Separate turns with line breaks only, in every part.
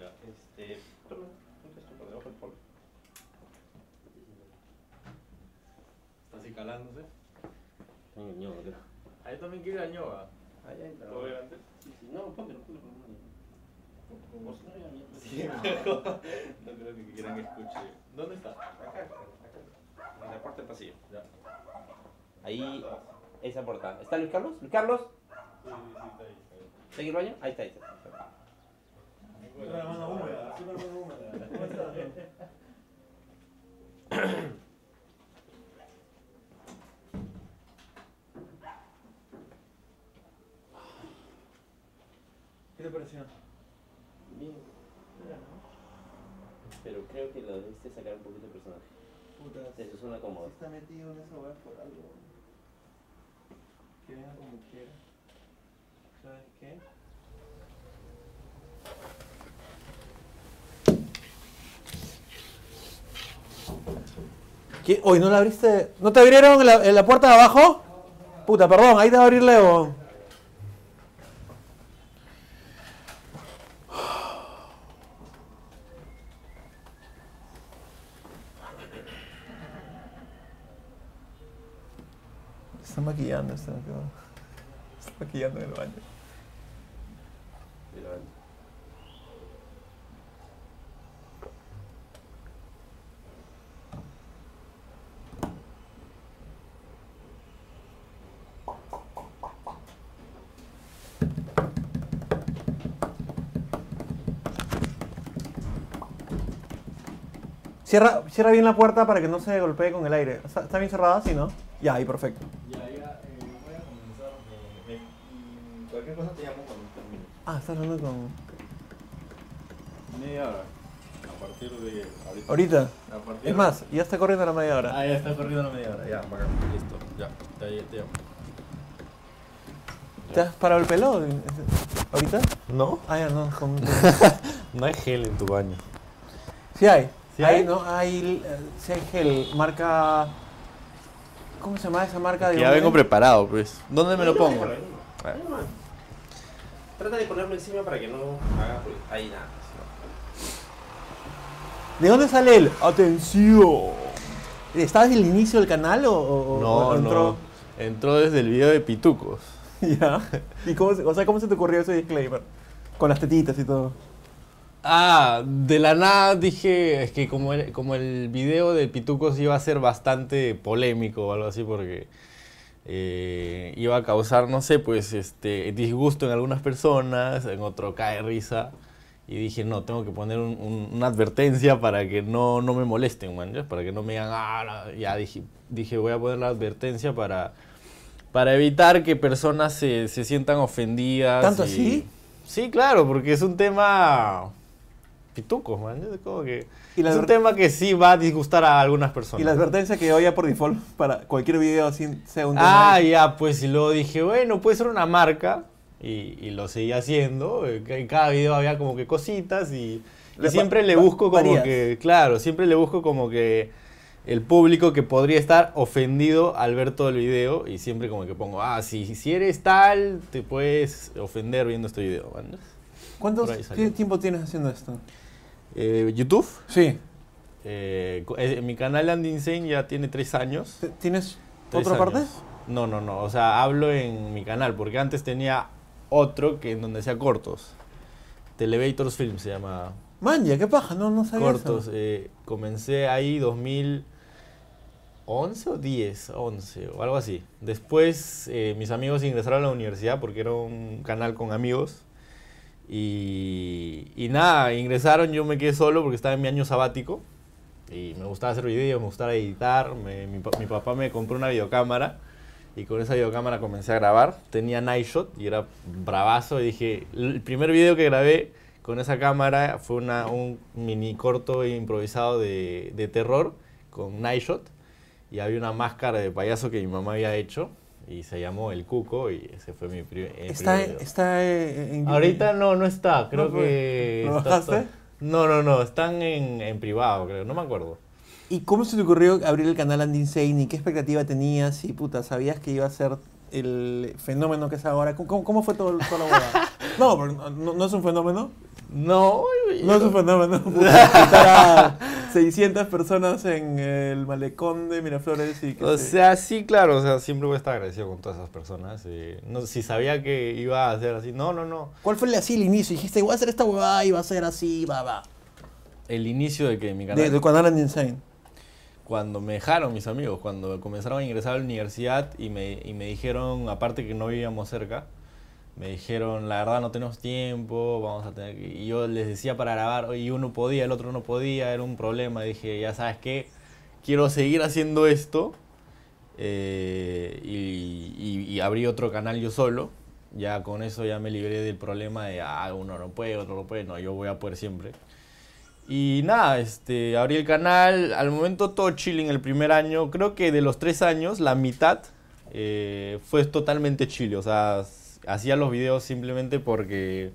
Este, toma, un texto por debajo del polo.
Está así calándose.
Tengo el ñoco, creo.
Ahí Ah, también quiere la ñoga.
Ahí entra.
¿Lo veo antes?
Sí, sí. No, póngelo, póngelo. Por si no había miedo.
Sí, pero no creo ni que quieran que escuche. ¿Dónde está?
Acá, acá. En la puerta del pasillo.
Ya.
Ahí, esa puerta. ¿Está Luis Carlos? ¿Luis Carlos?
Sí, sí, sí, está ahí.
¿Está en el baño? Ahí está, ahí está.
Siempre la mano húmeda, siempre la mano húmeda. ¿Cómo estás, Leo? ¿Qué te pareció?
Bien. Pero creo que lo debiste sacar un poquito de personaje.
Putas.
De su zona cómoda.
Si Pues, está metido en esa weá por algo. Que venga como quiera. ¿Sabes qué?
¿Qué? Hoy no la abriste. ¿No te abrieron la, la puerta de abajo? Puta, perdón, ahí te va a abrir Leo. Está maquillando, está maquillando. Está maquillando en el baño.
Pero,
Cierra, cierra bien la puerta para que no se golpee con el aire. ¿Está, está bien cerrada? Sí, ¿no? Ya, ahí, perfecto.
Ya, ya, eh, voy a comenzar.
Me- me- mm, Cualquier cosa te llamo cuando termine.
Ah, está hablando con...
Media hora. A partir de ahorita.
Ahorita.
A partir
Es más, ya está corriendo la media hora.
Ah, ya está corriendo la media hora. Ya, bacán. Listo. Ya, te, te llamo.
Ah,
¿Te has parado el pelo? ¿Ahorita?
No,
Ah, ya, no. con-
no hay gel en tu baño.
Sí hay.
¿Sí
hay,
hay?
no, hay, eh, sí hay gel, marca... ¿Cómo se llama esa marca? de
Que ya
hombre?
vengo preparado, pues. ¿Dónde me lo pongo? A ver.
Trata de ponerlo encima para que no haga ruido. Ahí nada.
¿De dónde sale él? ¡Atención! ¿Estabas desde el inicio del canal o, o- o- o
No,
entró?
no. Entró desde el video de Pitucos.
Ya. ¿Y cómo, se- o sea, cómo se te ocurrió ese disclaimer? Con las tetitas y todo.
Ah, de la nada dije, es que como el, como el video de Pitucos iba a ser bastante polémico o algo así porque eh, iba a causar, no sé, pues este disgusto en algunas personas, en otro cae risa. Y dije, no, tengo que poner un- un- una advertencia para que no, no me molesten, man, ¿ya? para que no me digan, ah, la-". ya dije, dije, voy a poner la advertencia para, para evitar que personas se, se sientan ofendidas.
¿Tanto
y-
así?
Sí, claro, porque es un tema pitucos, man. Es como que
Y la
es un
adver-
tema que sí va a disgustar a algunas personas.
Y la advertencia que oía por default para cualquier video así sea un tema.
Ah, ya, pues y luego dije, bueno, puede ser una marca. Y, y lo seguí haciendo. eh, que En cada video había como que cositas y, y
Le-
siempre
va-
le
va-
busco como
varías.
que, claro, siempre le busco como que el público que podría estar ofendido al ver todo el video y siempre como que pongo, ah, si, si eres tal, te puedes ofender viendo este video. ¿no?
¿Cuántos
por ahí salió.
qué tiempo tienes haciendo esto?
Eh, YouTube.
Sí.
Eh, co- eh, mi canal Andy Insane ya tiene tres años.
T- ¿Tienes
Tres
otra parte?
años. No, no, no. O sea, hablo en mi canal, porque antes tenía otro que en donde hacía cortos. Televators Film se llama.
Manja, qué paja, no, no sabía eso.
cortos. eh, comencé ahí 2011 o 10, 11 o algo así. Después eh, mis amigos ingresaron a la universidad porque era un canal con amigos. Y, y nada, ingresaron, yo me quedé solo porque estaba en mi año sabático. Y me gustaba hacer videos, me gustaba editar. me- mi, pa- mi papá me compró una videocámara. Y con esa videocámara comencé a grabar. Tenía Nightshot y era bravazo. Y dije, el primer video que grabé con esa cámara fue una, un mini corto improvisado de, de terror con Nightshot. Y había una máscara de payaso que mi mamá había hecho. Y se llamó El Cuco. Y ese fue mi pri- el
Está,
primer
en-
video.
está eh, en YouTube.
Ahorita no, no está, creo
No, pues,
que...
¿lo
está-
bajaste?
está- No, no, no, están en, en privado, creo, no me acuerdo.
¿Y cómo se te ocurrió abrir el canal Andy Insane? ¿Y qué expectativa tenías? ¿Y puta, sabías que iba a ser el fenómeno que es ahora? ¿Cómo, cómo- cómo fue todo, toda la boda? no, porque no, no- no es un fenómeno.
No, güey,
No es un fenómeno. puta, Quitar a 600 personas en el malecón de Miraflores y que
O
se-
sea, sí, claro, o sea, siempre voy a estar agradecido con todas esas personas. eh, no, si sabía que iba a ser así, no, no, no.
¿Cuál fue el así el inicio? Dijiste, voy a hacer esta huevada y va a ser así, va, va.
El inicio de que mi canal,
De, de cuando eran insane.
cuando me dejaron mis amigos, cuando comenzaron a ingresar a la universidad y me, y me dijeron, aparte que no vivíamos cerca, me dijeron, la verdad no tenemos tiempo, vamos a tener que... Y yo les decía para grabar, y uno podía, el otro no podía, era un problema. Y dije, ya sabes qué, quiero seguir haciendo esto eh, y, y- y abrí otro canal yo solo. Ya con eso ya me libré del problema de, ah, uno no puede, otro no puede, no, yo voy a poder siempre. Y nada, este, abrí el canal, al momento todo chilling el primer año, creo que de los tres años, la mitad eh, fue totalmente chile, o sea, s- hacía los videos simplemente porque,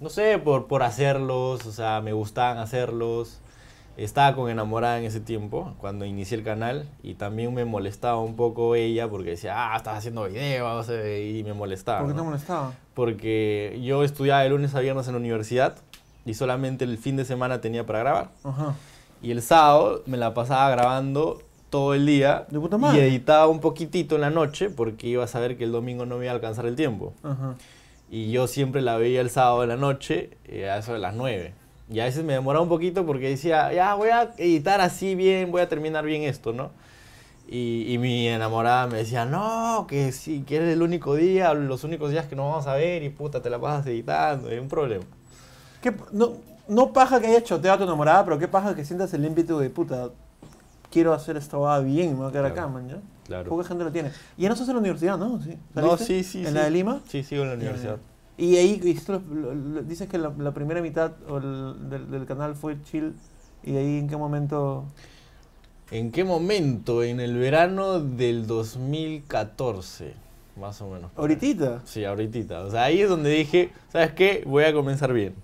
no sé, por, por hacerlos, o sea, me gustaban hacerlos. Estaba con enamorada en ese tiempo, cuando inicié el canal, y también me molestaba un poco ella porque decía, ah, estás haciendo videos, eh", y me molestaba.
¿Por qué
¿no?
te molestaba?
porque yo estudiaba de lunes a viernes en la universidad y solamente el fin de semana tenía para grabar.
Ajá.
Y el sábado me la pasaba grabando todo el día
De puta
y
madre.
editaba un poquitito en la noche porque iba a saber que el domingo no me iba a alcanzar el tiempo.
Ajá.
Y yo siempre la veía el sábado de la noche eh, a eso de las 9. Y a veces me demoraba un poquito porque decía, ya voy a editar así bien, voy a terminar bien esto, ¿no? Y, y mi enamorada me decía, no, que sí, que eres el único día, los únicos días que nos vamos a ver y puta, te la pasas editando, es un problema.
¿Qué p- no, no paja que haya choteado a tu enamorada, pero qué paja que sientas el ímpetu de puta. Quiero hacer esta va bien, me voy a quedar
Claro.
acá, man. ¿ya?
Claro.
Poca gente lo tiene. Y ya no estás en la universidad, ¿no? ¿Sí?
No,
¿Saliste?
sí, sí.
¿En
sí.
la de Lima? Eh.
Sí, sigo en la universidad.
Y ahí hiciste los- lo- lo- dices que la, la primera mitad o el- del, del canal fue chill. ¿Y de ahí en qué momento?
¿En qué momento? En el verano del 2014, más o menos.
Ahorita.
Sí, ahorita. O sea, ahí es donde dije, ¿sabes qué? Voy a comenzar bien.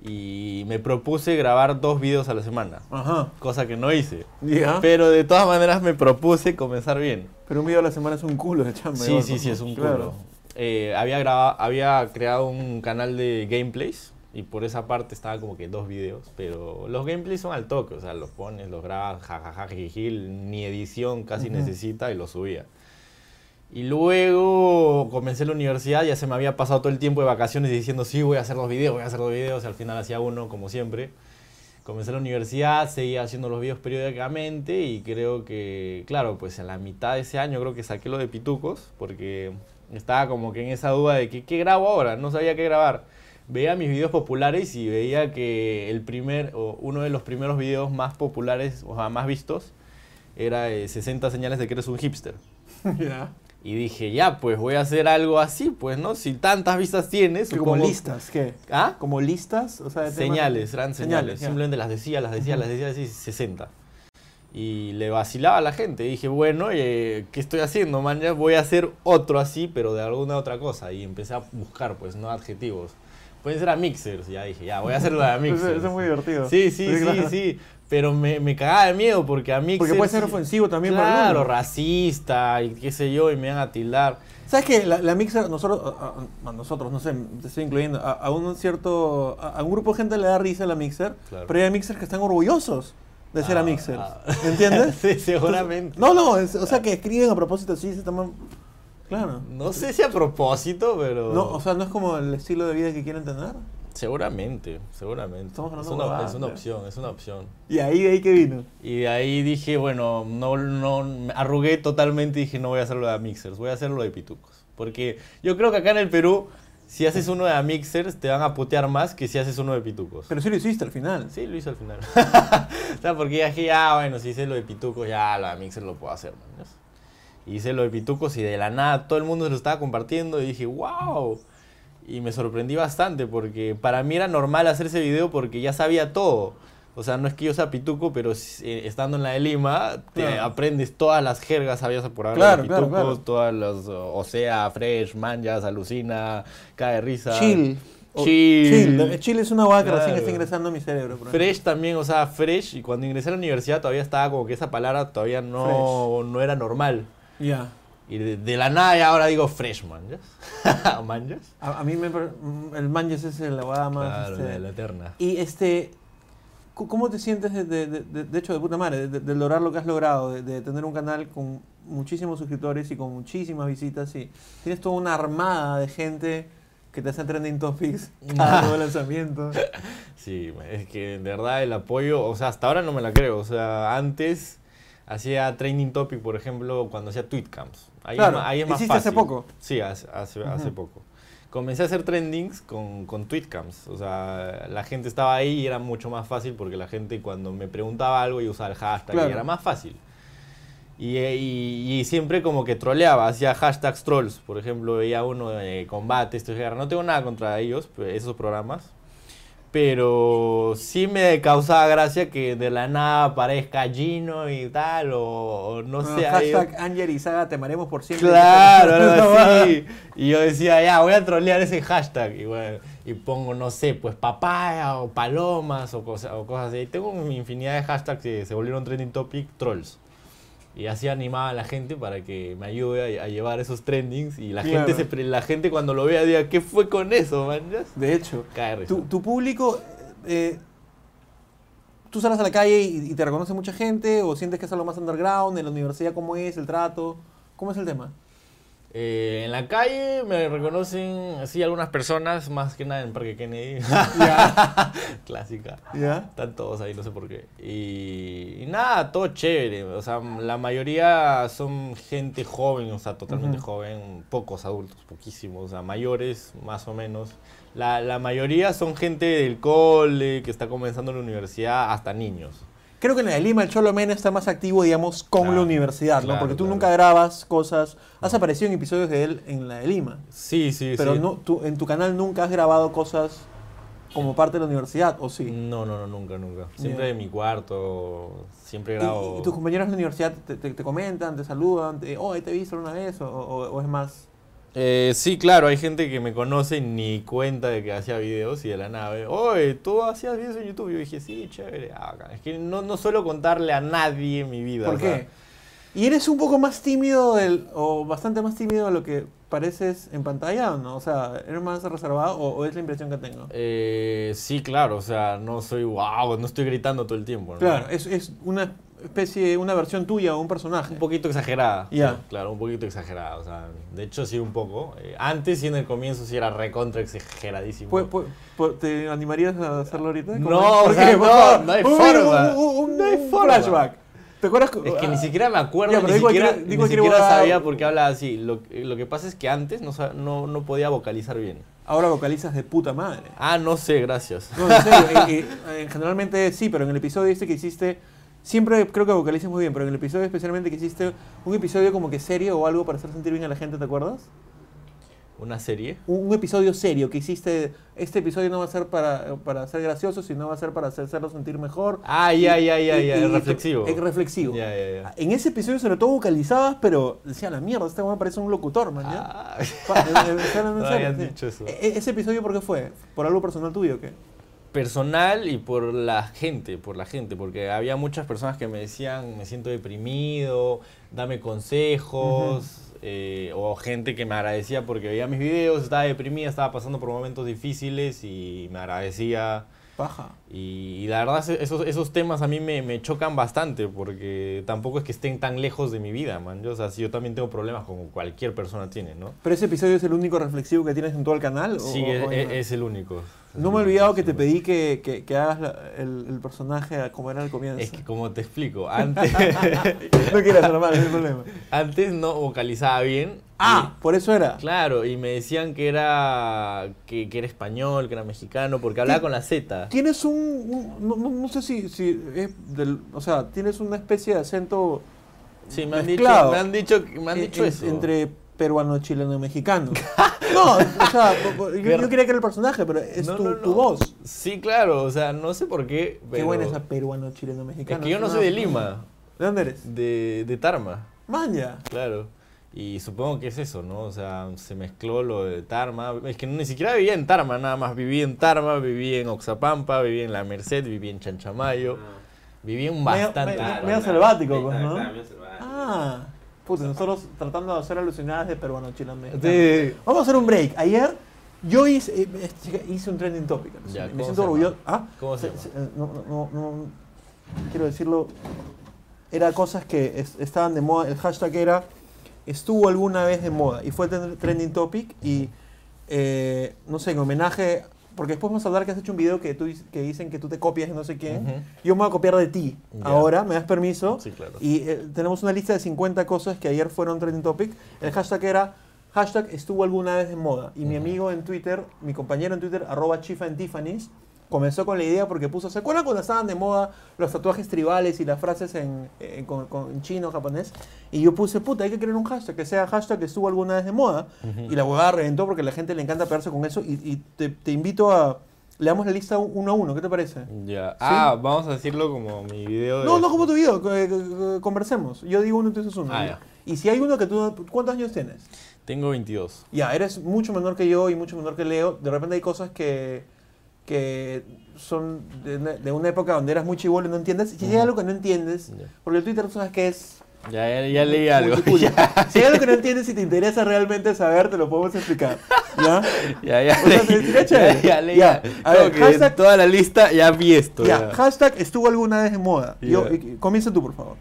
Y me propuse grabar dos videos a la semana,
Ajá.
cosa que no hice.
Ya.
Pero de todas maneras me propuse comenzar bien.
Pero un video a la semana es un culo de chamba.
Sí,
igual,
sí,
pues,
sí, es un
claro.
culo. Eh, había, graba- había creado un canal de gameplays y por esa parte estaba como que dos videos, pero los gameplays son al toque, o sea, los pones, los grabas, jajaja, jiji, ni edición casi necesita y los subía. Y luego comencé la universidad, ya se me había pasado todo el tiempo de vacaciones diciendo, sí, voy a hacer los videos, voy a hacer los videos, y al final hacía uno, como siempre. Comencé la universidad, seguía haciendo los videos periódicamente y creo que, claro, pues en la mitad de ese año creo que saqué lo de Pitucos porque estaba como que en esa duda de que, ¿qué grabo ahora? No sabía qué grabar. Veía mis videos populares y veía que el primer, o uno de los primeros videos más populares, o sea, más vistos, era eh, 60 señales de que eres un hipster.
ya.
Y dije, ya, pues voy a hacer algo así, pues, ¿no? Si tantas vistas tienes,
Que Como
supongo-
listas, ¿qué?
¿Ah?
Como listas, o sea, de temas-
Señales, eran señales.
ya.
Simplemente las decía, las decía, las decía, así 60. Y le vacilaba a la gente. Y dije, bueno, eh, ¿qué estoy haciendo, man? Ya voy a hacer otro así, pero de alguna otra cosa. Y empecé a buscar, pues, no adjetivos. Pueden ser a mixers. Ya dije, ya, voy a hacer la de
Eso,
mixers.
eso es muy divertido.
Sí, sí, sí,
claro.
sí. Pero me, me cagaba de miedo porque a mixers...
Porque puede ser
sí-
ofensivo también para
Claro,
algunos.
racista y qué sé yo, y me van a tildar.
¿Sabes qué? La, la mixer, nosotros, a, a- a nosotros, no sé, te estoy incluyendo, a, a un cierto, a, a un grupo de gente le da risa la mixer,
Claro.
pero hay mixers que están orgullosos de ser
Ah,
a mixers,
ah.
¿entiendes?
Sí, seguramente.
No, no, es- o sea, que escriben a propósito, sí, se toman, claro.
No sé si a propósito, pero...
No, o sea, no es como el estilo de vida que quieren tener.
Seguramente, seguramente.
Estamos hablando
es, una,
huevadas, ¿eh?
es una
ya.
opción, es una opción.
Y ahí, de ahí que vino.
Y de ahí dije, bueno, no, no, me arrugué totalmente y dije, no voy a hacer lo de Mixers, voy a hacer lo de Pitucos. Porque yo creo que acá en el Perú, si haces uno de Mixers, te van a putear más que si haces uno de Pitucos.
Pero sí lo hiciste al final.
Sí, lo hice al final. o sea, porque ya dije, ah, bueno, si hice lo de Pitucos, ya lo de Mixer lo puedo hacer. man, ¿no? Pues, Hice lo de Pitucos y de la nada todo el mundo se lo estaba compartiendo y dije, wow. Y me sorprendí bastante porque para mí era normal hacer ese video porque ya sabía todo. O sea, no es que yo sea pituco, pero s- eh, estando en la de Lima, te
Claro.
aprendes todas las jergas, sabías por ahora
Claro,
de
claro,
pitucos,
claro.
todas las, o o sea, fresh, manjas, alucina, cae de risa.
Chill. O-
Chill.
Chill. Chill es una hueá que recién
Claro.
está ingresando a mi cerebro. por ejemplo.
Fresh también, o sea, fresh. Y cuando ingresé a la universidad todavía estaba como que esa palabra todavía no, no era normal.
Ya.
Y de, de la nada ya ahora digo fresh manjas. ¿Manjas?
A, a mí me, par- mm, el manches es la guada más.
Claro,
este,
la de la eterna.
Y este, cu- ¿cómo te sientes de, de- de- de- de hecho de puta madre, de, de lograr lo que has logrado, de, de tener un canal con muchísimos suscriptores y con muchísimas visitas y tienes toda una armada de gente que te hace trending topics cada nuevo lanzamiento?
Sí, es que de verdad el apoyo, o sea, hasta ahora no me la creo. O sea, antes hacía Training Topic, por ejemplo, cuando hacía Tweetcams. Ahí
Claro,
es ma- ahí es más
hiciste hace
fácil.
poco.
Sí, hace, hace, hace
Ujú.
poco. Comencé a hacer trendings con, con tweetcams. O sea, la gente estaba ahí y era mucho más fácil porque la gente cuando me preguntaba algo yo usaba el hashtag
Claro.
y era más fácil. Y, eh, y- y siempre como que troleaba, hacía hashtags trolls. Por ejemplo, veía uno de combate, esto y guerra. No tengo nada contra ellos, pe- esos programas. Pero sí me causaba gracia que de la nada aparezca Gino y tal, o, o no
Bueno,
sé. ahí-
Ah, hashtag Anger y Saga, te amaremos por siempre.
Claro, algo
No,
así. Y yo decía, ya, voy a trolear ese hashtag. Y, bueno, y pongo, no sé, pues papaya o palomas o, cosa- o cosas así. Y tengo una infinidad de hashtags que se volvieron trending topic trolls. Y así animaba a la gente para que me ayude a, a llevar esos trendings. Y la,
Claro.
gente, se, pre- la gente cuando lo vea diga, ¿qué fue con eso, man? Ya se
De hecho,
Cae de risa.
tu, tu público, eh, tú sales a la calle y, y te reconoce mucha gente o sientes que es algo más underground, en la universidad cómo es, el trato, ¿cómo es el tema?
Eh, en la calle me reconocen así algunas personas, más que nada en Parque Kennedy. Clásica.
¿Ya?
Están todos ahí, no sé por qué. Y, y nada, todo chévere. O sea, la mayoría son gente joven, o sea, totalmente
Ujú.
joven, pocos adultos, poquísimos, o sea, mayores más o menos. La, la mayoría son gente del cole, que está comenzando la universidad, hasta niños.
Creo que en la de Lima el Cholo Mena está más activo, digamos, con
Claro,
la universidad, ¿no?
claro,
Porque tú
claro.
nunca grabas cosas, has aparecido en episodios de él en la de Lima,
Sí, sí,
pero
sí.
no, tú, en tu canal nunca has grabado cosas como parte de la universidad, ¿o sí?
No, no, no, nunca, nunca. Siempre
Ya.
en mi cuarto, siempre
¿Y-
grabo.
¿Y, tus compañeros de la universidad te, te- te comentan, te saludan, te, oh, ahí te he visto una vez, o, o- o es más...
Eh, sí, claro, hay gente que me conoce y ni cuenta de que hacía videos y de la nave. Oye, ¿tú hacías videos en YouTube? Yo dije, sí, chévere. Ah, bacán". es que no, no suelo contarle a nadie mi vida.
¿Por
o
qué?
sea,
¿Y eres un poco más tímido del, o bastante más tímido de lo que pareces en pantalla o no? O sea, ¿eres más reservado o, o es la impresión que tengo?
eh, sí, claro, o sea, no soy wow, no estoy gritando todo el tiempo. ¿no?
Claro, es, es una especie, una versión tuya o un personaje.
Un poquito exagerada.
Ya.
sí, Claro, un poquito exagerada. O sea, de hecho, sí, un poco. Eh, antes, sí, en el comienzo, sí era recontra exageradísimo.
Pu- pu- pu- ¿Te animarías a hacerlo ahorita? ¿Cómo
No,
es?
o sea,
Porque,
no,
por favor,
no hay
un- un-
forma.
Un, un-
No hay
un
forma.
flashback. ¿Te acuerdas? cu-
Es que ni siquiera me acuerdo,
ah. Ya, pero
ni,
di cualquier-
siquiera,
di
ni
cualquier
siquiera
huevada.
sabía por qué hablaba así. Lo, lo que pasa es que antes no, sa- no, no podía vocalizar bien.
Ahora vocalizas de puta madre.
Ah, no sé, gracias.
No, en serio. eh, eh, eh, generalmente sí, pero en el episodio este que hiciste, siempre creo que vocalizas muy bien, pero en el episodio especialmente que hiciste un episodio como que serio o algo para hacer sentir bien a la gente, ¿te acuerdas?
¿Una serie?
Un, un episodio serio que hiciste, este episodio no va a ser para, para ser gracioso, sino va a ser para hacer- hacerlo sentir mejor.
Ah, ya, ya, ya,
Y-
ya,
y-
es
y-
reflexivo.
Es reflexivo. Ah,
Ya, ya, ya.
En ese episodio sobre todo vocalizabas, pero decía la mierda, este weón parece un locutor, man. ¿ya?".
Ah,
Pa- eh, eh, serio, en
No
serio,
habían
sí.
dicho eso.
E- e- ¿Ese episodio por qué fue? ¿Por algo personal tuyo o qué?
personal y por la gente, por la gente, porque había muchas personas que me decían, me siento deprimido, dame consejos, eh, o gente que me agradecía porque veía mis videos, estaba deprimida, estaba pasando por momentos difíciles y me agradecía.
Paja.
Y, y la verdad, se- esos, esos temas a mí me, me chocan bastante porque tampoco es que estén tan lejos de mi vida, man. Yo, o sea, si yo también tengo problemas como cualquier persona tiene, ¿no?
¿Pero ese episodio es el único reflexivo que tienes en todo el canal? o-
Sí,
o-
es,
o-
es- es el único.
No me he olvidado que te
pedí
pedí que, que- que hagas la- el, el personaje a- como era al comienzo.
Es que como te explico, antes,
No quieras, normal, no hay problema.
antes no vocalizaba bien.
Ah, por eso era.
Y- claro, y me decían que era, que, que era español, que era mexicano, porque hablaba con la Z.
Tienes un, un- no, no- no sé si, si es del, o sea, tienes una especie de acento
Sí, me han dicho,
mezclado.
me han dicho, me han
en-
dicho
en-
eso.
entre peruano, chileno y mexicano. no, o sea, po- po- yo, yo creía que era el personaje, pero es
No,
tu,
no, no.
tu voz.
Sí, claro, o sea, no sé por qué.
Qué
pero-
buena esa peruano, chileno,
Es
mexicano.
que yo no
una-
soy de Lima,
¿De dónde eres?
de, de Tarma,
Manja.
claro. Y supongo que es eso, ¿no? O sea, se mezcló lo de Tarma. Es que ni siquiera vivía en Tarma, nada más viví en Tarma, viví en Oxapampa, viví en La Merced, viví en
Ah.
Chanchamayo. Viví en
Medio-
bastante.
medio-
lugar.
medio selvático, pues, ¿no?
Claro, medio selvático.
Ah, Puta, nosotros tratando de hacer alucinadas de peruano chileno.
Sí.
Vamos a hacer un break. Ayer yo hice, eh, eh, hice un trending topic.
Ya,
me
¿cómo
siento
se
orgulloso.
llama?
¿Ah?
¿Cómo se llama?
eh, no, no, no, no, quiero decirlo. Era cosas que es- estaban de moda. El hashtag era estuvo alguna vez de moda y fue tren- trending topic y eh, no sé, en homenaje, porque después vamos a hablar que has hecho un video que, tú, dices- que dicen que tú te copias de no sé quién.
Ujú.
Yo me voy a copiar de ti
Ya.
ahora, ¿me das permiso?
Sí, claro.
Y eh, tenemos una lista de 50 cosas que ayer fueron trending topic. El hashtag era hashtag estuvo alguna vez de moda. Y mi
Ujú.
amigo en Twitter, mi compañero en Twitter, arroba chifa en Tiffany's, comenzó con la idea porque puso, ¿se acuerdan cuando estaban de moda los tatuajes tribales y las frases en, en- con, con- en chino, japonés? Y yo puse, puta, hay que crear un hashtag, que sea hashtag estuvo alguna vez de moda. Y la huevada reventó porque a la gente le encanta pegarse con eso. Y, y te, te invito a... Le damos la lista uno a uno, ¿qué te parece?
Ya. Ah, vamos a decirlo como mi video. de-
No, no como tu video, co- eh, co- co- conversemos. Yo digo uno, tú dices uno.
Ah, ya.
Y si hay uno que tú... ¿Cuántos años tienes?
Tengo 22.
Ya, eres mucho menor que yo y mucho menor que Leo. De repente hay cosas que, que son de, una- de una época donde eras muy chivolo y no entiendes. Si hay
Ujú.
algo que no entiendes,
Ya.
porque el Twitter tú sabes que es...
Ya, ya, ya leí algo.
multiculti.
ya,
Si hay algo que no entiendes y te interesa realmente saber, te lo podemos explicar. ¿Ya?
ya, ya,
O sea,
leí-
¿te cachai?
ya, ya leí.
Ya,
ya.
a
Tengo
ver,
que
hashtag-
toda la lista ya vi esto.
Ya,
ya.
hashtag estuvo alguna vez en moda. Yo,
Ya.
y- y- comienza tú, por favor.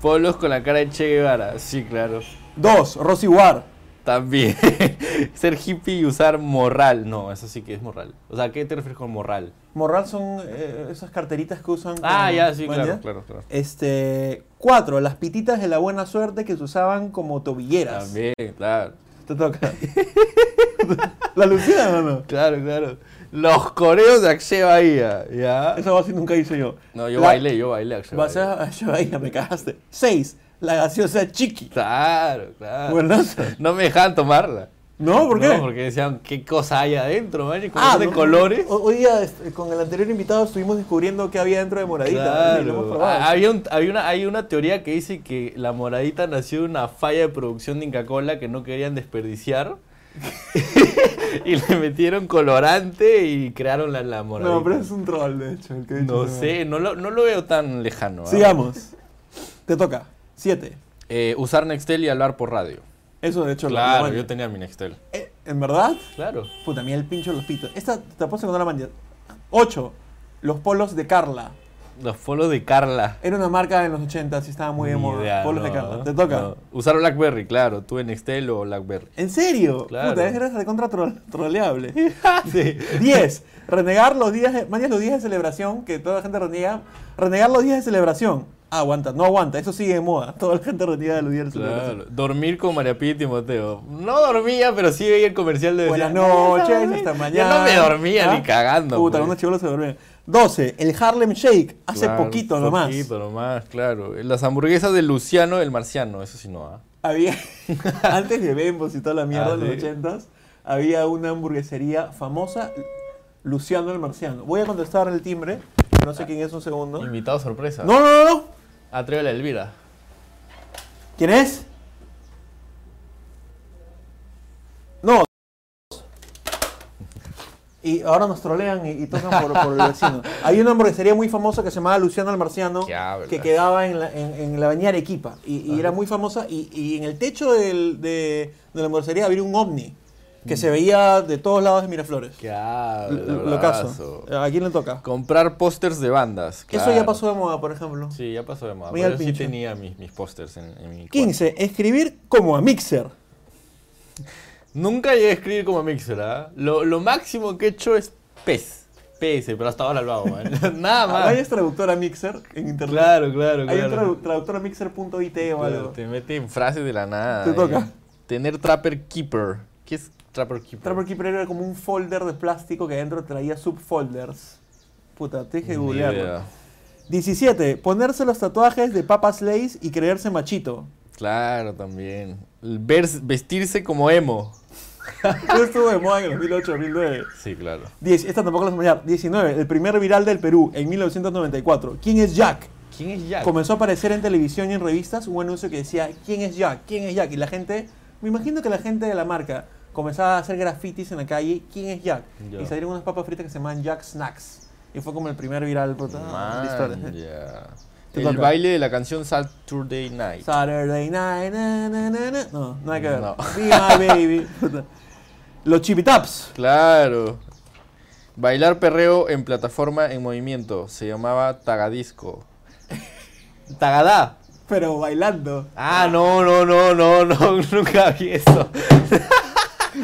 Polos con la cara de Che Guevara. Sí, claro.
Dos, Rosy War.
También. Ser hippie y usar morral. No, eso sí que es morral. O sea, ¿a ¿qué te refieres con morral?
Morral son eh, esas carteritas que usan.
Ah,
con-
ya, sí,
¿Bueno,
claro,
ya?
claro, claro.
Este, cuatro, las pititas de la buena suerte que se usaban como tobilleras.
También, claro.
Te toca. la lucida, no.
Claro, claro. Los coreos de Akshay Bahía, ¿ya?
Esa voz sí nunca hice yo.
No, yo
La-
bailé, yo bailé Akshay
Vas
Bahía.
a yo ahí, ya me cagaste. Seis, la gaseosa chiqui.
Claro, claro.
Buenaza.
No me dejaban tomarla.
No, ¿por qué?
Ah. No, porque decían, ¿qué cosa hay adentro, man? Y como
Ah,
son de
no.
colores.
Ho- Hoy día este, con el anterior invitado estuvimos descubriendo qué había dentro de moradita.
Claro.
y lo hemos probado.
Ah, Había un- había una, hay una teoría que dice que la moradita nació de una falla de producción de Inca-Cola que no querían desperdiciar. y le metieron colorante y crearon la, la moradita.
no, pero es un troll, de hecho. el que ha dicho
No
esa
sé, no lo, no lo veo tan lejano. ¿ah?
madre. Sigamos. Te toca. Siete.
Eh, usar Nextel y hablar por radio.
Eso de hecho lo-
Claro,
lo
yo tenía mi Nextel.
Eh, ¿En verdad?
Claro.
Puta, mira el pincho de los pitos. Esta te apuesto que no la manía. 8. Los polos de Carla.
Los polos de Carla.
Era una marca en los 80 y estaba muy de
Ni
moda.
idea,
polos de
no,
Carla. Te toca.
no. Usar Blackberry, claro. Tuve Nextel o Blackberry.
¿En serio?
Claro.
Puta, eres recontra tro- troleable.
sí.
10. Renegar los días de, mañas los días de celebración, que toda la gente reniega. Renegar los días de celebración. Ah, aguanta, no aguanta, eso sigue de moda. Toda la gente reniega de los días de celebración.
Claro. Dormir con María Pía y Timoteo. No dormía, pero sí veía el comercial de...
Buenas
decía,
noches,
"Ah,
hasta
yo
mañana.
no me dormía
¿Ah?
ni cagando.
Puta,
pues.
unos chibolos se duermen. 12. El Harlem Shake. Hace
Claro,
poquito nomás.
Poquito nomás, claro. Las hamburguesas de Luciano el Marciano, eso sí no. ¿ah?
Había, antes de Bembos y toda la mierda
Ah,
de los
sí.
ochentas, había una hamburguesería famosa, Luciano el Marciano. Voy a contestar el timbre, no
Ah.
sé quién es, un segundo. No,
Invitado sorpresa.
no, no, no.
Atrévele a Elvira.
¿Quién es? No. Y ahora nos trolean y, y tocan por, por el vecino. Hay una hamburguesería muy famosa que se llamaba Luciano el Marciano,
Qué hablas.
que quedaba en la, en, en la avenida Arequipa. Y, y era muy famosa. Y, y en el techo del- de, de la hamburguesería había un ovni que se veía de todos lados de Miraflores.
Mm. Qué habla,
Lo
bravazo.
Locazo. ¿A quién le toca?
Comprar pósters de bandas.
Eso ya
claro.
pasó de moda, por ejemplo.
Sí, ya pasó de moda.
Mira
Pero
el
yo sí
pinche.
tenía mis, mis pósters en, en mi cuarto.
15. Escribir como a Mixer.
Nunca llegué a escribir como Mixer, ¿ah? Lo, lo máximo que he hecho es E PES. PS, pero hasta ahora lo hago, man. Nada
Ahora
más.
es traductora este Mixer en internet.
Claro, claro,
Hay un
claro.
tradu- traductor a mixer.it o
Claro,
algo.
Te mete en frases de la nada.
Te
eh.
toca.
Tener Trapper Keeper. ¿Qué es Trapper Keeper?
Trapper Keeper era como un folder de plástico que adentro traía subfolders. Puta, te dije
Ni
googlearlo.
idea.
17. Ponerse los tatuajes de papas lays y creerse machito.
Claro, también. El vers- vestirse como emo.
Eso estuvo de moda en el 2008-2009.
Sí, claro.
10. Esta tampoco la voy a olvidar. 19. El primer viral del Perú en 1994. ¿Quién es Jack?
¿Quién es Jack?
Comenzó a aparecer en televisión y en revistas un anuncio que decía ¿Quién es Jack? ¿Quién es Jack? Y la gente, me imagino que la gente de la marca comenzaba a hacer grafitis en la calle ¿Quién es Jack?
Ya.
Y salieron unas papas fritas que se llaman Jack Snacks. Y fue como el primer viral. puta, de
Man,
pues, historia.
ya.
Te
El
toca.
baile de la canción Saturday Night.
Saturday night, na, na, na, na. No, nada que ver.
No.
Be my baby. Puta. Los chipitaps.
Claro. Bailar perreo en plataforma en movimiento. Se llamaba Tagadisco. Tagadá.
Pero bailando.
Ah, no, no, no, no, no, nunca vi eso.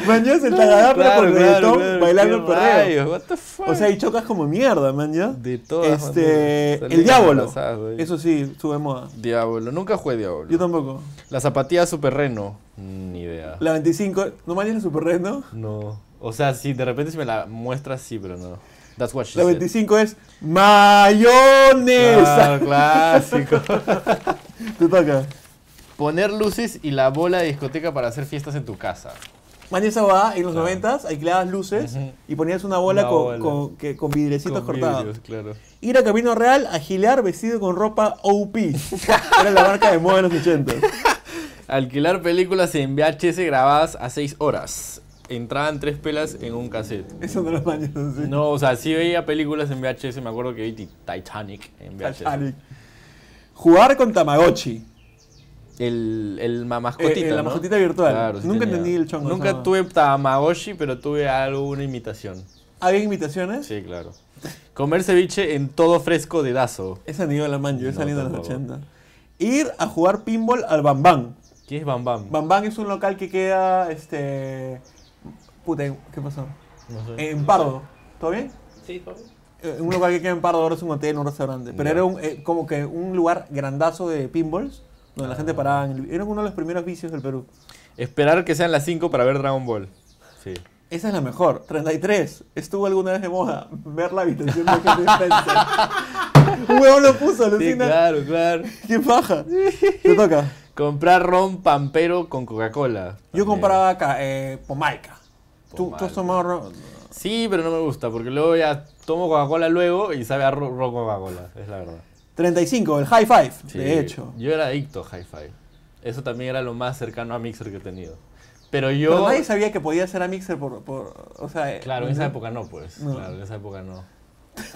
Man, ya se te agarra, pero
Claro,
por
claro,
reggaetón,
claro,
bailando
qué
el perreo.
rayos, what the fuck.
O sea, y chocas como mierda, man, ya.
de todas
este,
maneras,
el
salí
diablo.
embarazado, güey.
Eso sí, sube moda.
Diablo, nunca jugué Diablo.
Yo tampoco.
La zapatilla superreno. Mm, Ni idea.
La 25, ¿no mañas la super red, no?
No. O sea, si de repente si me la muestras, sí, pero no. That's what she
La
said.
25 es mayonesa.
Claro, clásico.
Te toca.
Poner luces y la bola de discoteca para hacer fiestas en tu casa.
Mañana va en los
Claro.
90s, alquilabas luces
Ah. Ujú.
y ponías una bola,
Una
con,
bola.
Con, que- con vidrecitos
Con
cortados.
vidrios, claro.
Ir a Camino Real a gilear vestido con ropa OP. Era la marca de moda de los 80.
Alquilar películas en VHS grabadas a 6 horas. Entraban tres pelas en un cassette.
Eso no lo mañas así.
No, o sea, sí veía películas en VHS. Me acuerdo que vi Ti- Titanic en VHS.
Titanic. Jugar con Tamagotchi.
El, el mamascotita.
Eh, eh, la
¿no?
mascotita virtual.
Claro, sí
Nunca
tenía.
entendí el chongo,
Nunca
esa
tuve Tamagotchi, pero tuve algo, una imitación.
¿Había imitaciones?
Sí, claro. Comer ceviche en todo fresco de Dazo.
Esa ni yo la manjo, yo
No,
saliendo de los
tampoco.
80. Ir a jugar pinball al Bambán.
¿Qué es Bam Bam?
Bambán es un local que queda, este... Puta, ¿en- ¿qué pasó?
No sé.
En Pardo. ¿Todo bien?
Sí, todo.
Eh, Un lugar que queda en Pardo, ahora es un hotel, un restaurante. Pero
Ya.
era un, eh, como que un lugar grandazo de pinballs, donde la gente
Ah.
paraba. en el- Era uno de los primeros vicios del Perú.
Esperar que sean las 5 para ver Dragon Ball. Sí.
Esa es la mejor. 33. Estuvo alguna vez de moda ver la habitación de Henry Spencer. Un huevón lo puso,
Sí,
alucina.
claro, claro.
¡Qué paja! Te toca.
Comprar ron pampero con Coca-Cola.
Yo
También.
compraba acá, eh, Pomaica. ¿Tú, tú
Pomaica.
has tomado ron?
Sí, pero no me gusta, porque luego ya tomo Coca-Cola luego y sabe a ro- ron Coca-Cola, es la verdad.
35, el high five,
Sí,
de hecho.
Yo era adicto a Hi-Fi. Eso también era lo más cercano a Mixer que he tenido. Pero yo...
Pero nadie sabía que podía ser a Mixer por, por- o sea... eh,
Claro, en esa época no, pues.
No.
Claro, en esa época no.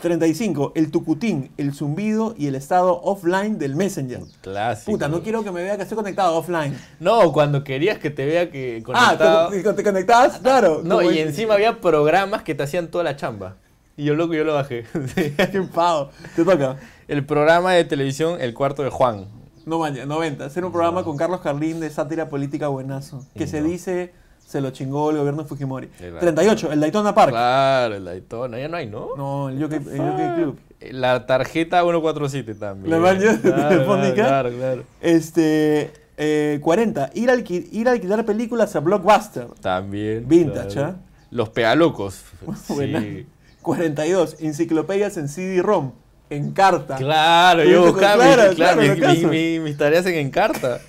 35, el tucutín, el zumbido y el estado offline del Messenger.
Clásico.
Puta, no quiero que me vea que estoy conectado offline.
No, cuando querías que te vea que
Ah,
conectado... Ah,
¿te, te conectabas? Claro.
no,
como
y
el-
encima había programas que te hacían toda la chamba. Y yo loco, yo lo bajé. Sí.
Qué pavo. Te toca.
El programa de televisión El Cuarto de Juan.
No maña, 90. Hacer un programa con Carlos Carlín de sátira política buenazo. Que se
No.
dice, se lo chingó el gobierno de Fujimori.
Claro.
38, el Daytona Park.
Claro, el Daytona. Ya no hay, ¿no?
No, el Jockey, el Jockey Club.
La tarjeta 147 también.
La maña telefónica.
Claro, claro.
Este, eh, 40, ir a, alqui- ir a alquilar películas a Blockbuster.
También.
Vintage,
claro.
¿ah?
Los pegalocos.
Buena.
Sí.
42, enciclopedias en CD-ROM, en carta.
Claro,
Pero
yo
te-
buscaba
claro,
mis-
claro,
claro, mis-
lo caso.
mis- mis- mis tareas en Encarta.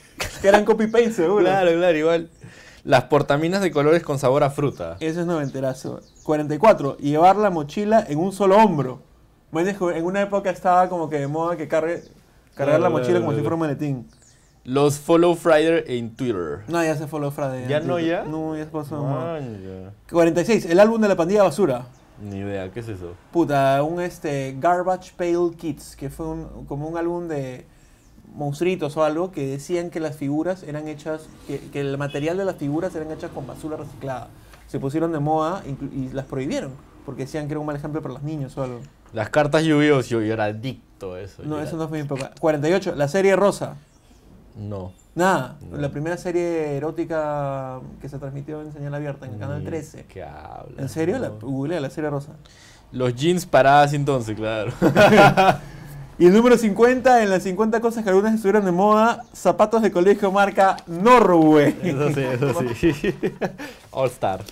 Que eran copy-paste, seguro.
Claro, claro, igual. Las portaminas de colores con sabor a fruta.
Eso es noventerazo. 44, llevar la mochila en un solo hombro. Maña, jo- En una época estaba como que de moda que cargue, cargar
Claro,
la mochila
claro,
como si
claro.
fuera un maletín.
Los follow Friday en Twitter.
No, ya se fue lo Friday.
¿Ya no, ya?
No, ya se pasó. de moda.
Manja.
46, el álbum de la pandilla basura.
Ni idea, ¿qué es eso?
Puta, un este Garbage Pail Kids, que fue un, como un álbum de monstruitos o algo que decían que las figuras eran hechas, que, que el material de las figuras eran hechas con basura reciclada. Se pusieron de moda inclu- y las prohibieron porque decían que era un mal ejemplo para los niños o algo.
Las cartas lluvios, yo, yo era adicto a eso.
No,
yo
eso
era-
no fue mi papá. 48, la serie Rosa.
No.
Nada,
No.
la primera serie erótica que se transmitió en señal abierta en el canal
Ni
13.
¿Qué hablas?
¿En serio? La,
no.
googlea, la serie Rosa.
Los jeans paradas entonces, claro.
Y el número 50, en las 50 cosas que algunas estuvieron de moda, zapatos de colegio marca Norway.
eso sí, eso sí. All Star.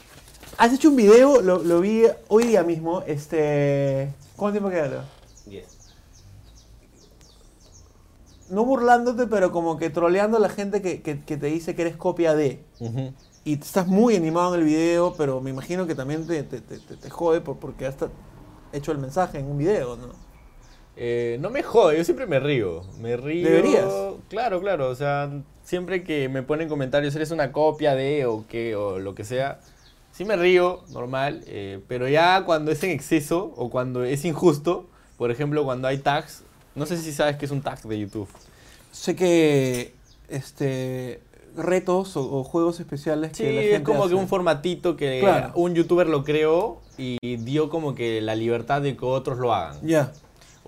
Has hecho un video, lo, lo vi hoy día mismo, este... ¿Cuánto tiempo queda? Leo?
10.
No burlándote, pero como que troleando a la gente que, que- que te dice que eres copia de.
Ujú.
Y estás muy animado en el video, pero me imagino que también te, te, te- te- te jode por, porque has ta- hecho el mensaje en un video, ¿no?
Eh, no me jode, yo siempre me río. Me río.
Deberías.
Claro, claro. O sea, siempre que me ponen comentarios, eres una copia de o qué, o lo que sea. Sí me río, normal. eh, pero ya cuando es en exceso o cuando es injusto, por ejemplo, cuando hay tags, No sé si sabes que es un tag de YouTube.
Sé que este retos o, o juegos especiales
Sí,
que la gente
es como que
hace.
un formatito que
Claro.
un youtuber lo creó y dio como que la libertad de que otros lo hagan.
Ya.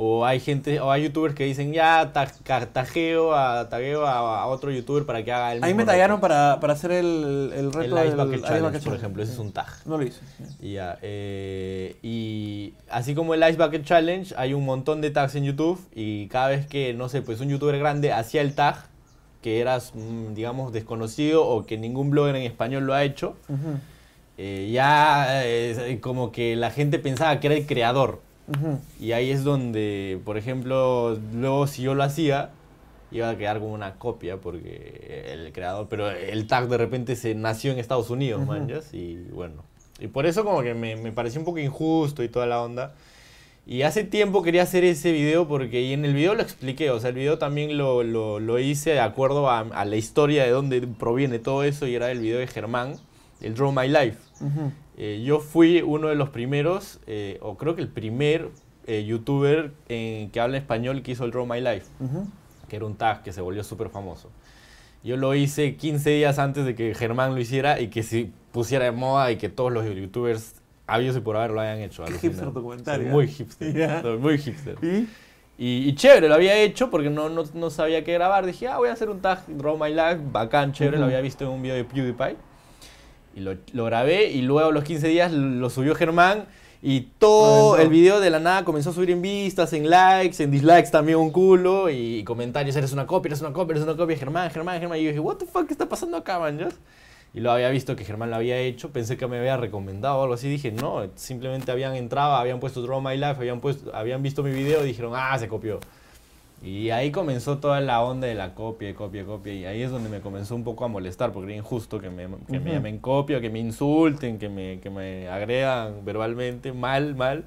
O hay gente, o hay youtubers que dicen ya ta- ca- tajeo a tagueo a, a otro youtuber para que haga el
Ahí
mismo
me tallaron
reto.
para, para hacer el, el reto
el
del
Ice Bucket
Ice
Challenge,
Bucket
por
Challenge.
ejemplo, ese
Sí.
es un tag.
No lo hice.
Y Ya, eh, y así como el Ice Bucket Challenge, hay un montón de tags en YouTube y cada vez que, no sé, pues un youtuber grande hacía el tag, que eras, mm, digamos, desconocido o que ningún blogger en español lo ha hecho,
Ujú,
eh, ya eh, como que la gente pensaba que era el creador.
ujú.
Y ahí es donde, por ejemplo, luego si yo lo hacía, iba a quedar como una copia porque el creador, pero el tag de repente se nació en Estados Unidos,
Ujú.
manjas, y bueno. Y por eso como que me, me pareció un poco injusto y toda la onda. Y hace tiempo quería hacer ese video porque y en el video lo expliqué, o sea, el video también lo, lo- lo hice de acuerdo a, a la historia de dónde proviene todo eso y era el video de Germán, el Draw My Life.
Ujú.
Eh, yo fui uno de los primeros, eh, o creo que el primer eh, youtuber en que habla español que hizo el Draw My Life,
Ujú.
que era un tag que se volvió súper famoso. Yo lo hice 15 días antes de que Germán lo hiciera y que se pusiera de moda y que todos los youtubers habidos y por haber lo hayan hecho.
Qué
alucina.
hipster tu comentario,
Soy
¿eh?
Muy hipster.
Ya.
soy muy hipster.
¿Y?
Y, y chévere, lo había hecho porque no, no, no sabía qué grabar. Dije, ah, voy a hacer un tag Draw My Life, bacán, chévere. Lo
Ujú.
había visto en un video de PewDiePie. Y lo, lo grabé y luego a los 15 días lo subió Germán. Y todo
Reventó.
el video de la nada comenzó a subir en vistas, en likes, en dislikes también un culo. Y, comentarios, eres una copia, eres una copia, eres una copia. Germán, Germán, Germán. Y yo dije, what the fuck, ¿qué está pasando acá, man? ¿Ya? Y lo había visto que Germán lo había hecho, pensé que me había recomendado o algo así. Dije, no, simplemente habían entrado, habían puesto Draw My Life, habían, puesto, habían visto mi video y dijeron, ah, se copió. Y ahí comenzó toda la onda de la copia, copia, copia. Y ahí es donde me comenzó un poco a molestar, porque era injusto que me, que me
Ujú.
llamen copia, que me insulten, que me, que me agregan verbalmente, mal, mal.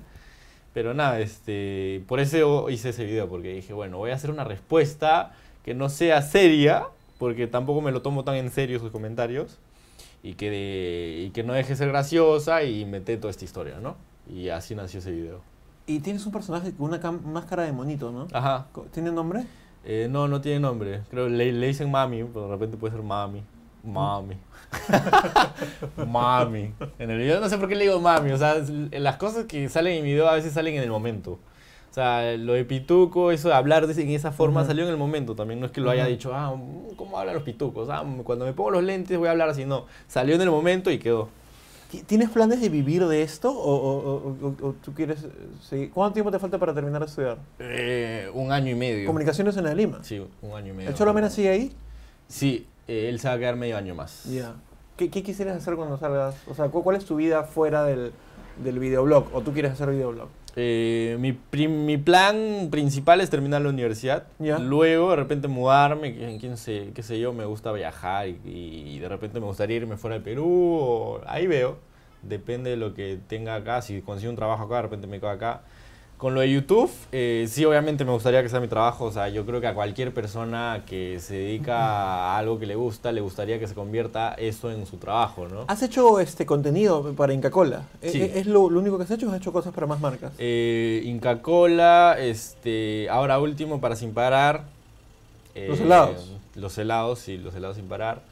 Pero nada, este, por eso hice ese video, porque dije, bueno, voy a hacer una respuesta que no sea seria, porque tampoco me lo tomo tan en serio sus comentarios, y que, de- y que no deje de ser graciosa y meté toda esta historia, ¿no? Y así nació ese video.
Y tienes un personaje con una cam- máscara de monito, ¿no?
Ajá.
Co- ¿Tiene nombre?
Eh, no, no tiene nombre. Creo le, le dicen mami, pero de repente puede ser mami. Mami. mami. En el video no sé por qué le digo mami. O sea, es- las cosas que salen en mi video a veces salen en el momento. O sea, lo de pituco, eso de hablar de, en esa forma
Ujú.
salió en el momento también. No es que lo haya
Ujú.
dicho, ah, mm, ¿cómo hablan los pitucos? Ah, mm, cuando me pongo los lentes voy a hablar así. No, salió en el momento y quedó.
¿Ti- ¿Tienes planes de vivir de esto o, o- o- o- o tú quieres eh, seguir? ¿Cuánto tiempo te falta para terminar de estudiar?
Eh, un año y medio.
Comunicaciones en la Lima.
Sí, un año y medio.
¿El Cholo Mena sigue ahí?
Sí, eh, él se va a quedar medio año más.
Ya. ¿Qué, qué quisieras hacer cuando salgas? O sea, ¿cu- ¿cuál es tu vida fuera del, del videoblog? ¿O tú quieres hacer videoblog?
Eh, mi, prim- mi plan principal es terminar la universidad.
Ya.
Luego, de repente, mudarme. que- quién sé, qué sé yo, me gusta viajar y, y de repente me gustaría irme fuera del Perú. o- ahí veo. Depende de lo que tenga acá. Si consigo un trabajo acá, de repente me quedo acá. Con lo de YouTube, eh, sí, obviamente me gustaría que sea mi trabajo. O sea, yo creo que a cualquier persona que se dedica a algo que le gusta, le gustaría que se convierta eso en su trabajo, ¿no?
¿Has hecho este contenido para Inca Cola? ¿E-
Sí.
¿Es, lo, lo único que has hecho o has hecho cosas para más marcas?
Eh, Inca Cola, este, ahora último para sin parar. eh,
Los helados.
Los helados, sí, los helados sin parar.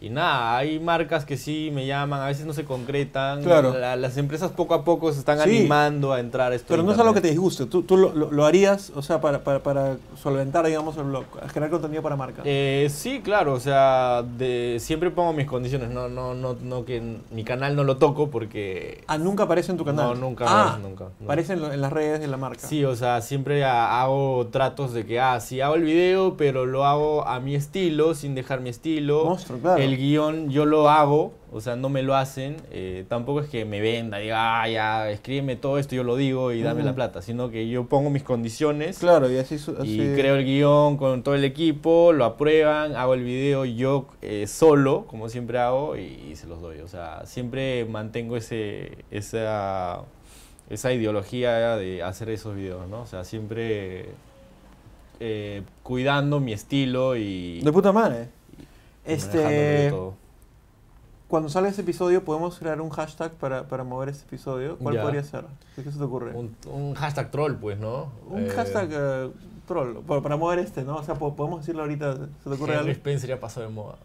Y nada, hay marcas que sí me llaman, a veces no se concretan.
Claro.
la- las empresas poco a poco se están
Sí.
animando a entrar a esto.
Pero
de
no es algo que te
internet.
disguste. Tú, tú lo, lo- lo harías, o sea, para, para, para solventar, digamos, el blog, generar contenido para marcas.
Eh, sí, claro, o sea, de- siempre pongo mis condiciones. No, no, no, no, que n- mi canal no lo toco porque
ah, nunca aparece en tu canal.
No, nunca
Ah,
aparece, nunca, nunca.
Aparece en, lo- en las redes de la marca.
Sí, o sea, siempre ha- hago tratos de que, ah, sí hago el video, pero lo hago a mi estilo, sin dejar mi estilo.
Monstruo, claro.
El guión yo lo hago, o sea, no me lo hacen. eh, tampoco es que me venda, diga, ah, ya, escríbeme todo esto, yo lo digo y dame la
Ujú.
plata, sino que yo pongo mis condiciones.
Claro, y así. su-
Y
así-
creo el guión con todo el equipo, lo aprueban, hago el video yo eh, solo, como siempre hago, y, y se los doy. O sea, siempre mantengo ese, esa, esa ideología de hacer esos videos, ¿no? O sea, siempre eh, cuidando mi estilo y...
De puta madre.
manejándome de
Este.
todo.
Cuando salga este episodio, podemos crear un hashtag para, para mover este episodio. ¿Cuál
Ya.
podría ser? ¿Qué se te ocurre?
Un, un hashtag troll, pues, ¿no?
Un
Eh,
hashtag eh, troll, pa- para mover este, ¿no? O sea, po- podemos decirlo ahorita, ¿se te ocurre
Henry
algo?
Spencer ya pasó de moda.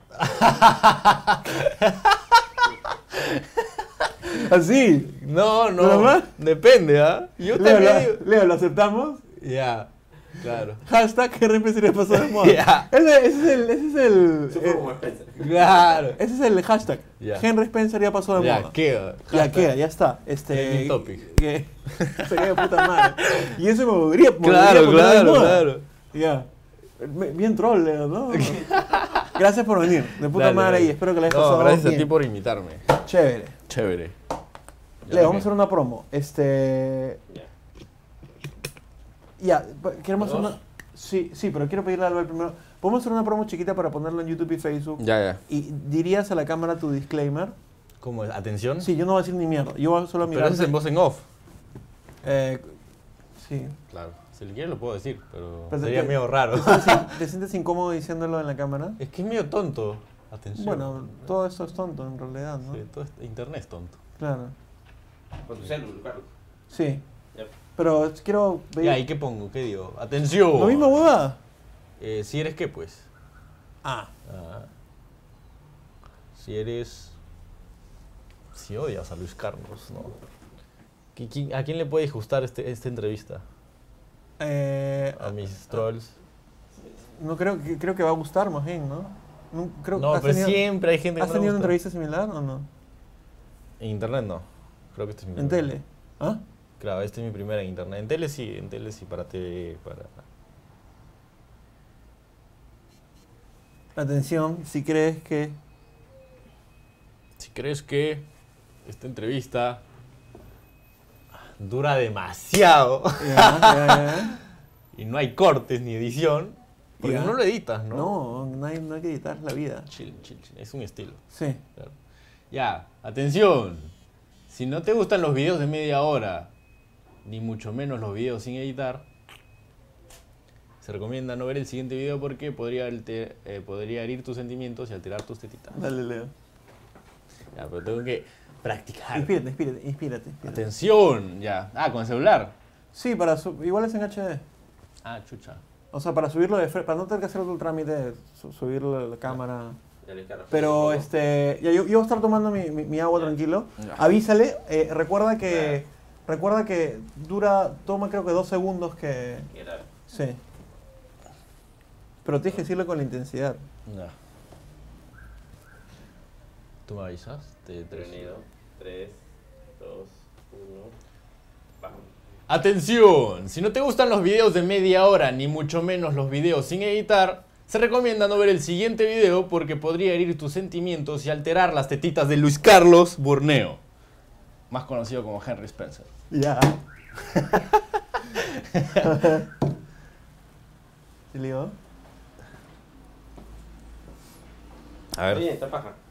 ¿Así?
No, no.
¿Nada más?
Depende, ¿ah? Yo
Leo,
también
lo,
digo-
Leo, ¿lo aceptamos?
Ya, claro.
Hashtag RP sería pasado de moda.
Ya.
Ese, ese es el, ese es el,
Supo
eh,
como Spencer.
Claro.
ese es el hashtag.
Ya.
Henry Spencer ya pasó de
Ya,
moda.
queda.
Ya queda, ya está. Este,
Trending topic.
que- sería de puta madre. Y eso me podría me podría
Claro,
poner de
claro,
moda.
claro.
Ya. Me- Bien troll, Leo, ¿no? gracias por venir. De puta
Dale,
madre
dale.
y espero que la hayas
No,
pasado
gracias a
bien.
ti por invitarme.
Chévere.
Chévere. Ya,
Leo,
ok.
vamos a hacer una promo. Este...
Ya.
Ya, pa- queremos hacer
¿Dos?
una... Sí, sí, pero quiero pedirle a Álvaro primero. ¿Podemos hacer una promo chiquita para ponerlo en YouTube y Facebook?
Ya, ya.
¿Y dirías a la cámara tu disclaimer?
¿Cómo es? ¿Atención?
Sí, yo no voy a decir ni mierda. Yo voy solo a
Pero
mirar...
eso es en voz en off.
Eh, sí.
Claro. Si le quieres lo puedo decir, pero,
Pero
sería
te-
medio raro.
¿Te sientes- ¿Te sientes incómodo diciéndolo en la cámara?
es que es medio tonto. Atención.
Bueno, todo esto es tonto en realidad, ¿no?
Sí, todo este- internet es tonto.
Claro.
Con tu celular, Carlos.
Sí.
Ya.
Pero quiero ver...
Ya, ¿y qué pongo? ¿Qué digo? ¡Atención!
¿Lo mismo, huevada?
Eh, si eres qué, pues.
Ah.
Ah. Si eres. Si odias a Luis Carlos, ¿no? ¿Qui- qui- ¿A quién le puede gustar este, esta entrevista?
Eh,
¿A mis trolls?
no creo que creo que va a gustar más bien, ¿no? No, creo,
no,
¿has
pero
tenido,
siempre hay gente que
¿Has
no le
tenido una
gusta.
entrevista similar o no?
En internet no. Creo que este es mi
En
primer-
tele. ¿Ah?
Claro, esta es mi primera en internet. En tele sí, en tele sí, para TV, para...
Atención, si crees que
Si crees que esta entrevista dura demasiado
Ya, ya, ya.
y no hay cortes ni edición, porque
Ya.
no lo editas, ¿no?
No, no hay, no hay que editar la vida.
Chill, chill, chill. Es un estilo.
Sí.
Claro. Ya, atención. Si no te gustan los videos de media hora, ni mucho menos los videos sin editar, se recomienda no ver el siguiente video porque podría, alter- eh, podría herir tus sentimientos y alterar tus tetitas.
Dale, Leo.
Ya, pero tengo que practicar.
Inspírate, inspírate, inspírate. inspírate.
Atención, ya. Ah, con el celular.
Sí, para su- igual es en HD.
Ah, chucha.
O sea, para subirlo de fre- para no tener que hacer otro trámite, de su- subirlo a la cámara.
Ya le encargo.
Pero
Supongo.
este, ya, yo, yo voy a estar tomando mi, mi- mi agua tranquilo. Avísale, eh, recuerda que recuerda que dura, toma creo que dos segundos que.
Qué grave.
Sí. Pero tienes que decirlo con la intensidad.
Ya. ¿Tú me avisas? Te- te-
Prevenido. 3, 2, 1. Vamos.
Atención, si no te gustan los videos de media hora, ni mucho menos los videos sin editar, se recomienda no ver el siguiente video porque podría herir tus sentimientos y alterar las tetitas de Luis Carlos Borneo, más conocido como Henry Spencer.
Ya. ¿Y le digo?
A
Oye, está paja.